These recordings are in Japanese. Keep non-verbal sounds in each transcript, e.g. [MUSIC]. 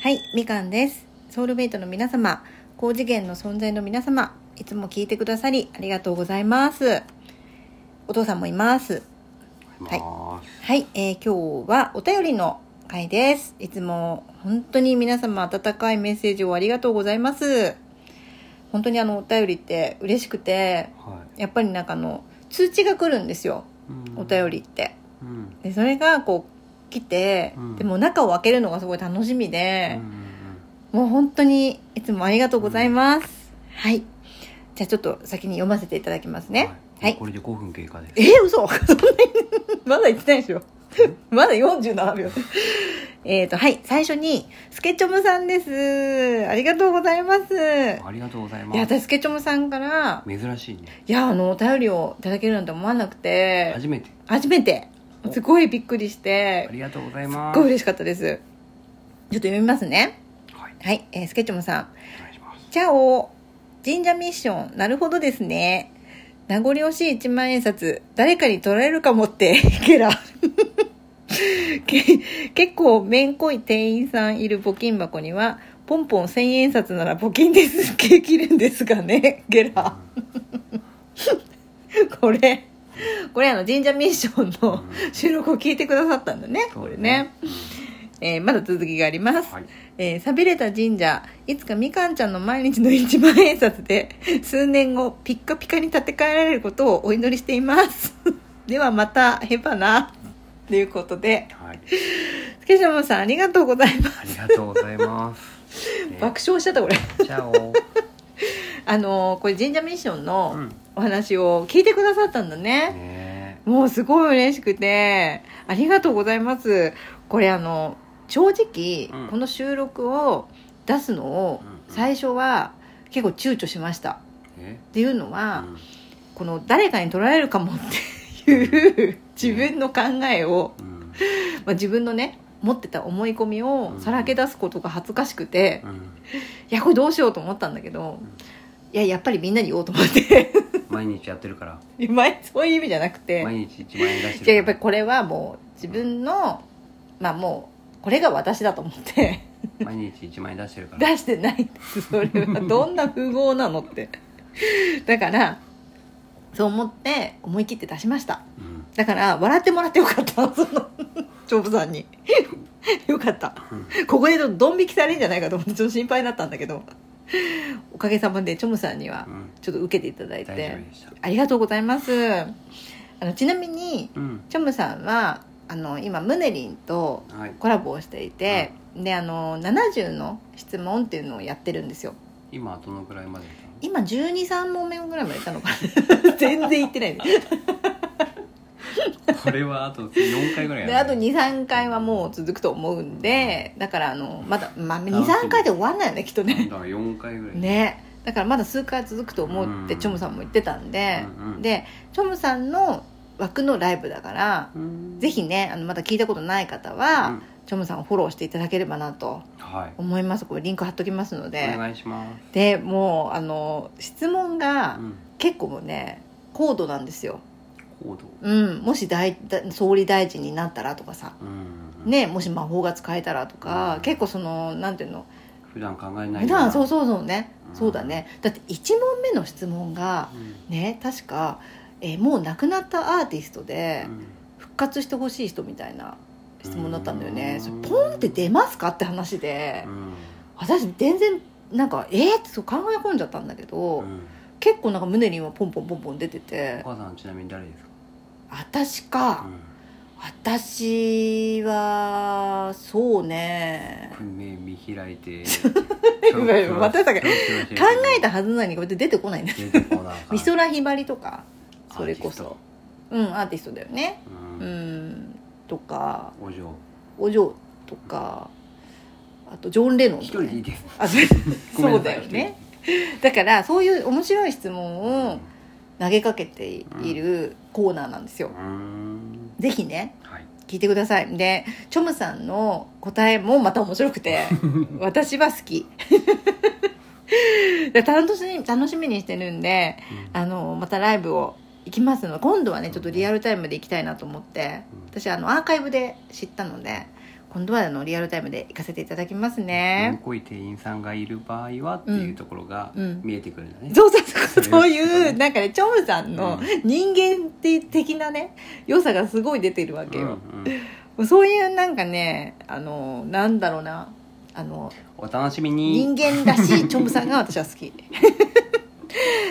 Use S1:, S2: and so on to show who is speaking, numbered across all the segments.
S1: はい、みかんです。ソウルメイトの皆様、高次元の存在の皆様、いつも聞いてくださりありがとうございます。お父さんもいます。はい
S2: ま
S1: はい、えー今日はお便りの回です。いつも本当に皆様温かいメッセージをありがとうございます。本当にあのお便りって嬉しくて、
S2: すはい
S1: やっぱりなんかあの通知が来るんですよ、
S2: うん
S1: お便りって。
S2: うん
S1: でそれがこう来て、
S2: うん
S1: でも中を開けるのがすごい楽しみ
S2: うんう
S1: で、
S2: ん
S1: もう本当にいつもありがとうございます。はい。じゃあちょっと先に読ませていただきますね。はい。
S2: これで5分経過です
S1: えー、嘘 [LAUGHS] そんなにまだ言ってないでしょまだ47秒。えっと、はい。最初に、スケチョムさんです。ありがとうございます。
S2: ありがとうござい
S1: いや、
S2: ます
S1: 私、スケチョムさんから、
S2: 珍しいね
S1: いや、あの、お便りをいただけるなんて思わなくて、
S2: 初めて
S1: 初めて、すごいびっくりし
S2: あ
S1: て、
S2: りがとうござい
S1: すっ
S2: ま
S1: ごい
S2: す
S1: 嬉しかったです。ちょっと読みますね。
S2: はい
S1: はい。えースケチョムさん。
S2: お願いします
S1: チャオ神社ミッション、なるほどですね。名残惜しい一万円札、誰かに取られるかもって、 [LAUGHS] ゲラ。け結構、めんこい店員さんいる募金箱には、ポンポン千円札なら募金です、 [LAUGHS] できるんですがね、ゲラ。 [LAUGHS] これ、これあの、神社ミッションの [LAUGHS] 収録を聞いてくださったんだね、これね。
S2: そうで
S1: えーまだ続きがあります
S2: す。はい
S1: えー、寂れた神社いつかみかんちゃんの毎日の一万円札で [LAUGHS] 数年後ピッカピカに建て替えられることをお祈りしています [LAUGHS] ではまたへばなということで
S2: はい
S1: スケジャムさんありがとうございます
S2: ありがとうございますね
S1: [LAUGHS] 爆笑しちゃったこれ
S2: チャオ
S1: あのーこれ神社ミッションの
S2: うん
S1: お話を聞いてくださったんだね、
S2: ね
S1: もうすごい嬉しくてありがとうございますこれあの正直、
S2: うん
S1: この収録を出すのを
S2: うんうん
S1: 最初は結構躊躇しました
S2: え
S1: っていうのは、
S2: うん
S1: この誰かに取られるかもっていう自分の考えを、
S2: うん
S1: まあ、自分のね持ってた思い込みをさらけ出すことが恥ずかしくて、
S2: うん
S1: いやこれどうしようと思ったんだけど、
S2: ん
S1: いややっぱりみんなに言おうと思って [LAUGHS]
S2: 毎日やってるから
S1: いや前そういう意味じゃなくて
S2: 毎日1万円出してる
S1: いややっぱりこれはもう自分のまあもうこれが私だと思って
S2: 毎日1万円出してるから
S1: 出してないですそれはどんな富豪なのってだからそう思って思い切って出しました
S2: うん
S1: だから笑ってもらってよかったそのチョブさんによかったここでドン引きされるんじゃないかと思ってちょっと心配だったんだけどおかげさまでチョムさんには
S2: うん
S1: ちょっと受けていただい
S2: 大丈
S1: て
S2: 夫でした
S1: ありがとうございますあのちなみに
S2: うん
S1: チョムさんはあの今ムネリンと
S2: はい
S1: コラボをしていて、であの70の質問っていうのをやってるんですよ
S2: 今どのくらいまで行っ
S1: 今1 2 3問目ぐらいまでいったのか
S2: [LAUGHS]
S1: な全然いってないね
S2: たのこれはあと4回ぐらい
S1: で
S2: や
S1: あ
S2: る
S1: と23回はもう続くと思うんでだからあのまだ、まあ、
S2: 楽しみ
S1: 23回で終わんないよねきっと
S2: なん
S1: ね
S2: だから4回ぐらい
S1: ねだからまだ数回続くと思うって
S2: うん
S1: チョムさんも言ってたんで、
S2: うんうん
S1: でチョムさんの枠のライブだから、
S2: うん
S1: ぜひねあのまだ聞いたことない方は、
S2: うん
S1: チョムさんをフォローしていただければなと
S2: はい
S1: 思いますこれリンク貼っときますので
S2: お願いします
S1: でもうあの質問が
S2: うん
S1: 結構ね高度なんですよ、
S2: 行動
S1: うん、もし大大総理大臣になったらとかさ
S2: うん
S1: ね、もし魔法が使えたらとか、
S2: うん
S1: 結構そのなんていうの
S2: 普段考えない
S1: 普段そう
S2: う
S1: そうそうね、
S2: うん
S1: そうだねだって1問目の質問が
S2: ん
S1: ね確か、えーもう亡くなったアーティストで
S2: うん
S1: 復活してほしい人みたいな質問だったんだよね、
S2: う
S1: そ
S2: ん
S1: れポンって出ますかって話で、
S2: うん
S1: 私全然なんかえー、ってそう考え込んじゃったんだけど、
S2: うん
S1: 結構なんか胸にはポンポンポンポン出てて
S2: お母さんちなみに誰ですか
S1: 私か、
S2: うん
S1: 私はそうね
S2: 目見開いて
S1: まただけど考え
S2: た
S1: たはずなのにこうやって出てこないね
S2: 出てこなかった
S1: 美空ひばりとかそれこ
S2: アー
S1: そうんアーティストだよね
S2: ティストう
S1: うんんとか
S2: お嬢
S1: お嬢とかあとジョン・レノン
S2: 一
S1: と
S2: 人
S1: か、
S2: でい
S1: ね、
S2: いです
S1: あそう
S2: ごめ
S1: そう
S2: んなさ
S1: だ
S2: い
S1: よねだからそういう面白い質問を投げかけているコーナーなんですよ
S2: う、ん
S1: ぜひね
S2: はい
S1: 聞いてくださいでチョムさんの答えもまた面白くて私は好き [LAUGHS] で楽しみ楽しみにしてるんであのまたライブを行きますので今度はねちょっとリアルタイムで行きたいなと思って
S2: うん
S1: 私あのアーカイブで知ったので今度はあのリアルタイムで行かせていただきます
S2: めん
S1: ね。
S2: こい店員さんがいる場合はっていうところが
S1: うん
S2: 見えてくるんだね、
S1: そうそうそう
S2: そ
S1: そうう
S2: いうこと
S1: い
S2: ね
S1: うなんかねチョムさんの人間的なね良さがすごい出てるわけよ、
S2: うんうん
S1: そういうなんかねあのなんだろうなあの
S2: お楽しみに
S1: 人間らしいチョムさんが私は好き [LAUGHS] チ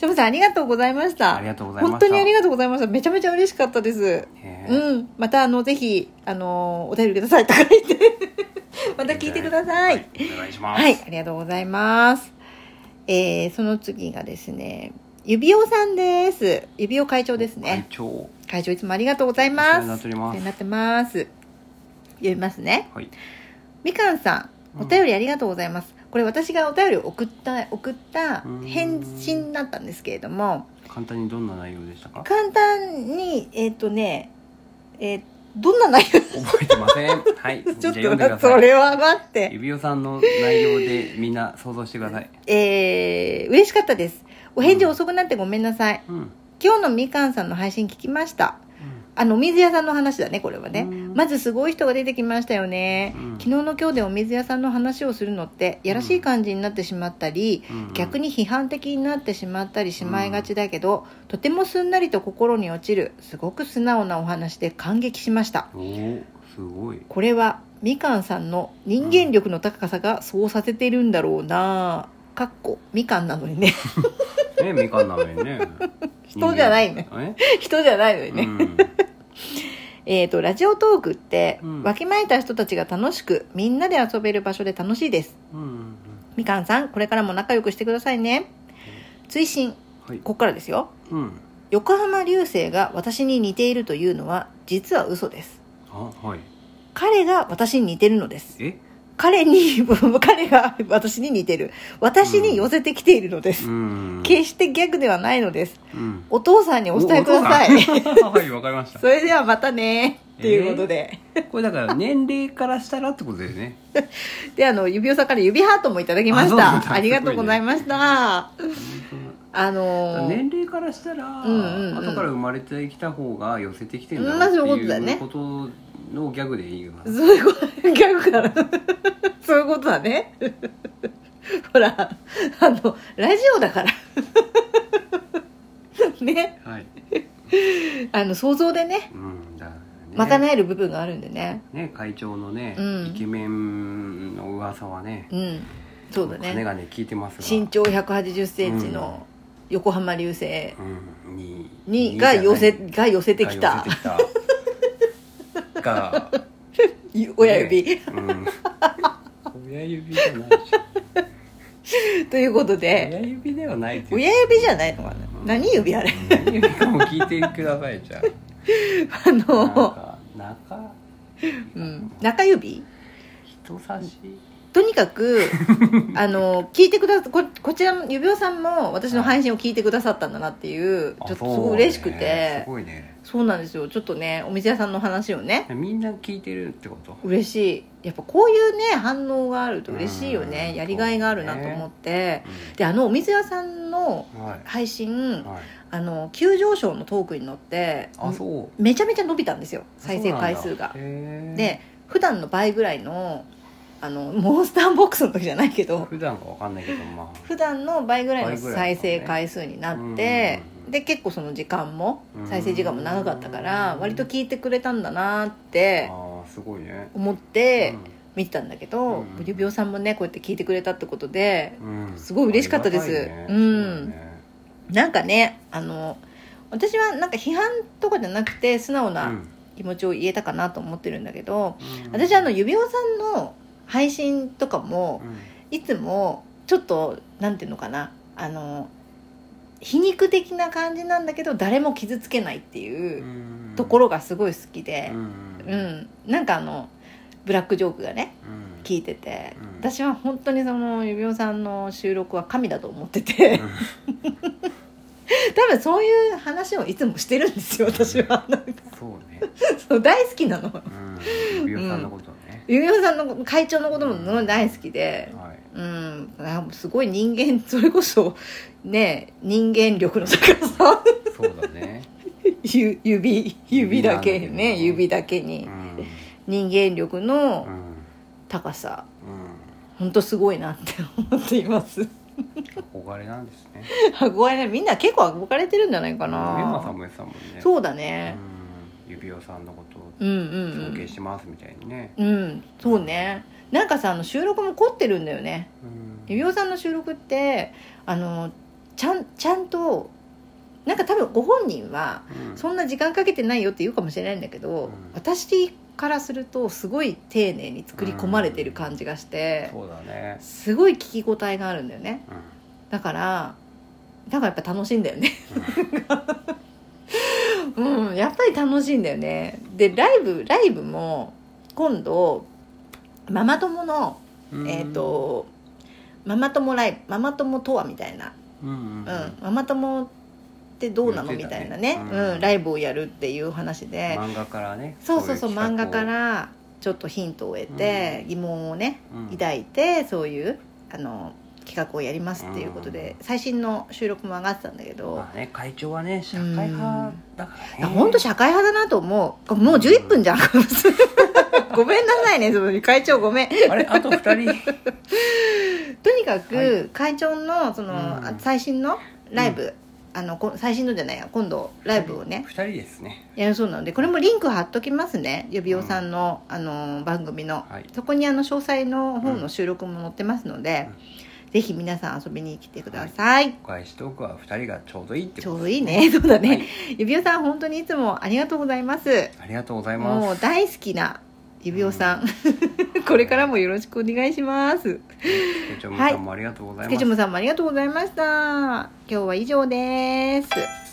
S1: ョムさんありがとうございました
S2: ありがとうございまし
S1: 本
S2: た
S1: 当にありがとうございましためちゃめちゃ嬉しかったです
S2: ねえ
S1: うん、またあのぜひあのお便りくださいとか言って [LAUGHS] また聞いてください。
S2: はいお願いします。
S1: はい、ありがとうございます。えー、その次がですね、指尾さんです。指尾会長です
S2: 会
S1: ね。
S2: 長。
S1: 会長いつもありがとうございます。
S2: お世話になっております
S1: お世話になってます。読みますね。
S2: はい。
S1: みかんさ、
S2: うん
S1: お
S2: ん
S1: 便りありがとうございます。これ私がお便りを送った、送った
S2: うん
S1: 返信だったんですけれども、
S2: 簡単にどんな内容でしたか。
S1: 簡単に、えっ、とね、えーどんな内容
S2: 覚えてま
S1: [LAUGHS]
S2: せん。はい。 [LAUGHS] じゃあ
S1: ちょっ
S2: 読んでくだ
S1: と、そ
S2: さい。
S1: れは待って。
S2: 指輪さんの内容でみんな想像してください。
S1: えー、嬉しかったです。お返事遅くなってごめんなさい。
S2: うん。
S1: 今日のみかんさんの配信聞きました。あの、お水屋さんの話だね、これはね。
S2: うん
S1: まずすごい人が出てきましたよね。
S2: うん
S1: 昨日の今日でお水屋さんの話をするのって、やらしい感じになってしまったり、
S2: うん
S1: 逆に批判的になってしまったりしまいがちだけど、とてもすんなりと心に落ちる、すごく素直なお話で感激しました。
S2: おお、すごい。
S1: これはみかんさんの人間力の高さがそうさせてるんだろうなかっこみかんなのにね [LAUGHS]
S2: ね、みかんなのにね。
S1: 人じゃないね
S2: 人間。
S1: 人じゃないの [LAUGHS]
S2: え
S1: にね、
S2: うん
S1: えっとラジオトークって、
S2: うん
S1: わきまえた人たちが楽しくみんなで遊べる場所で楽しいです
S2: うんうん。
S1: みかんさんこれからも仲良くしてくださいね追伸
S2: はい。
S1: こっからですよ
S2: うん。
S1: 横浜流星が私に似ているというのは実は嘘です
S2: あ、はい。
S1: 彼が私に似てるのです
S2: え。
S1: 彼に [LAUGHS] 彼が私に似てる私に寄せてきているのです、
S2: うん。
S1: 決してギャグではないのです。
S2: うん。
S1: お父さんにお伝えくださ
S2: お
S1: い。
S2: お父さんはい、わかりまし
S1: [LAUGHS]
S2: た
S1: そ。れではまたね。っていうことで。
S2: [LAUGHS] これだから年齢からしたらってことですね。
S1: で、あの、指輪さんから指ハートもいただきまし
S2: あそうなん
S1: た。
S2: だ
S1: ありがとうございました。あのー
S2: 年齢からしたら、
S1: うんうんうん
S2: 後から生まれてきた方が寄せてきてるんだ
S1: まあそういうこ
S2: ろうって
S1: と
S2: い
S1: だね
S2: うことのギャグでいいよな、
S1: そういうこと、ギャグから。そういうことだね。ほら、あの、ラジオだから。ね。
S2: はい、
S1: あの、想像でね、
S2: うんだからね
S1: 賄える部分があるんでね。
S2: ね会長のね、
S1: うん
S2: イケメンの噂はね
S1: うん。そうだ
S2: 金
S1: ね。
S2: がね聞いてますが
S1: 身長180センチの横浜流星。
S2: うんに
S1: にが寄せ
S2: が
S1: が寄せてきた
S2: 寄せてきた [LAUGHS] が
S1: [LAUGHS] 親指、
S2: ね
S1: [LAUGHS]
S2: うん、親指じゃないでしょ
S1: ということで
S2: 親指ではないですよ
S1: 親指じゃないのかな何指あれ
S2: 何指かも聞いてくださいじゃ
S1: あ
S2: あ [LAUGHS] なん
S1: の、
S2: か中
S1: うん、中指
S2: 人差し
S1: とにかく
S2: [LAUGHS]
S1: あの聞いてくださここちらの指輪さんも私の配信を聞いてくださったんだなっていうちょっとすごい嬉しく
S2: あ
S1: て
S2: そうねすごいね
S1: そうなんですよちょっとねお店屋さんの話をね
S2: みんな聞いてるってこと
S1: 嬉しいやっぱこういうね反応があると嬉しいよ
S2: う
S1: ね
S2: ん
S1: やりがいがあるなと思ってであのお店屋さんの
S2: うんはい
S1: 配信
S2: はい
S1: あの急上昇のトークに乗って
S2: あそう
S1: めちゃめちゃ伸びたんですよ再生回数が
S2: そうなんだへー
S1: で普段の倍ぐらいのあのモンスターボックスの時じゃないけど
S2: 普段がわかんないけどまあ
S1: 普段の倍ぐらいの
S2: 倍ぐら
S1: 再
S2: いのね
S1: 生回数にな
S2: うんう
S1: っ
S2: ん
S1: て
S2: うん
S1: で結構その時間も
S2: うん
S1: 再生時間も長かったから割と聞いてくれたんだなって
S2: あーすごいね
S1: 思って見てたんだけ
S2: うん
S1: ど
S2: うん
S1: 指輪さんもねこうやって聞いてくれたってことで
S2: うんうん
S1: すごい嬉しかったです
S2: ありがたいね
S1: うん
S2: そうだね
S1: なんかねあの私はなんか批判とかじゃなくて素直
S2: う
S1: なん気持ちを言えたかなと思ってるんだけど
S2: うん
S1: 私あの指輪さんの配信とかも
S2: うん
S1: いつもちょっとなんていうのかなあの皮肉的な感じなんだけど誰も傷つけないって
S2: う
S1: いうんところがすごい好きで
S2: う、ん
S1: うんなんかあのブラックジョークがね
S2: うん
S1: 聞いてて、
S2: うん
S1: 私は本当にその指輪さんの収録は神だと思ってて、 [LAUGHS] 多分そういう話をいつもしてるんですよ私は [LAUGHS] なんか
S2: うんそうね
S1: そう大好きなの
S2: うん指輪さんのことね
S1: 指輪さんの会長のこともすごい大好きで、
S2: はい
S1: うん、あすごい人間それこそね人間力の高さ [LAUGHS]
S2: そうだね
S1: ゆ指指だけ
S2: 指なんだけ
S1: ね
S2: ど
S1: 指だけ
S2: う
S1: に
S2: ん
S1: 人間力の
S2: うんうん
S1: 高さ本当すごいなって思っています
S2: 憧れなんですね
S1: 憧れみんな結構憧れてるんじゃないか
S2: メンマさ
S1: なん
S2: も言ってたもんね
S1: そうだ
S2: う
S1: ね、
S2: ん指輪さんのことを
S1: うん、うん
S2: 尊敬してますみたいにね
S1: うんうんそうねなんかさあの収録も凝ってるんだよね
S2: うん
S1: 指輪さんの収録ってあのちゃんちゃんとなんか多分ご本人は
S2: うん
S1: そんな時間かけてないよって言うかもしれないんだけど、
S2: うん
S1: 私からするとすごい丁寧に作り込まれてる感じがして、
S2: そうだね
S1: すごい聞き応えがあるんだよね
S2: うん
S1: だからだからやっぱ楽しいんだよねうんやっぱり楽しいんだよねでライブライブも今度ママ友の
S2: うん
S1: えっ、とママ友ライブママ友とはみたいな
S2: うんうん
S1: うん、ママ友ってどうなの、み
S2: 言って
S1: た
S2: たね
S1: いなね、う
S2: うんん
S1: ライブをやるっていう話で、
S2: 漫画からね
S1: そうそうそう
S2: い
S1: 漫
S2: 企画
S1: 画
S2: を
S1: からちょっとヒントを得て、
S2: うん
S1: 疑問をね
S2: うん
S1: 抱いてそういうあの企画をやりますっていうことで、最新の収録も上がってたんだけど
S2: まあね会長はね社会派だからね
S1: いや本当社会派だなと思うもう11分じゃん、 [LAUGHS] ごめんなさいねその会長ごめん
S2: あれあと二人
S1: とにか
S2: は
S1: く会長のその、
S2: うん
S1: 最新のライブ、あのこ最新のじゃないや今度ライブをね
S2: 二人ですね
S1: いやそうなのでこれもリンク貼っときますね指輪さんの,、あの番組の、
S2: はい
S1: そこにあの詳細の方
S2: う
S1: の
S2: ん
S1: 収録も載ってますので、ぜひ皆さん遊びに来てください、
S2: お返しトークは二人がちょうどいいって
S1: ちょ
S2: こ
S1: う
S2: と
S1: ど
S2: です
S1: いいね [LAUGHS] そうだね、
S2: はい
S1: 指輪さん本当にいつもありがとうございます
S2: ありがとうございます
S1: もう大好きな指輪さん、 [LAUGHS] これからもよろしくお願いします
S2: スケチョムさんもありがとうござい
S1: ス
S2: ま
S1: ケ
S2: す
S1: チュムさんもありがとうございました今日は以上です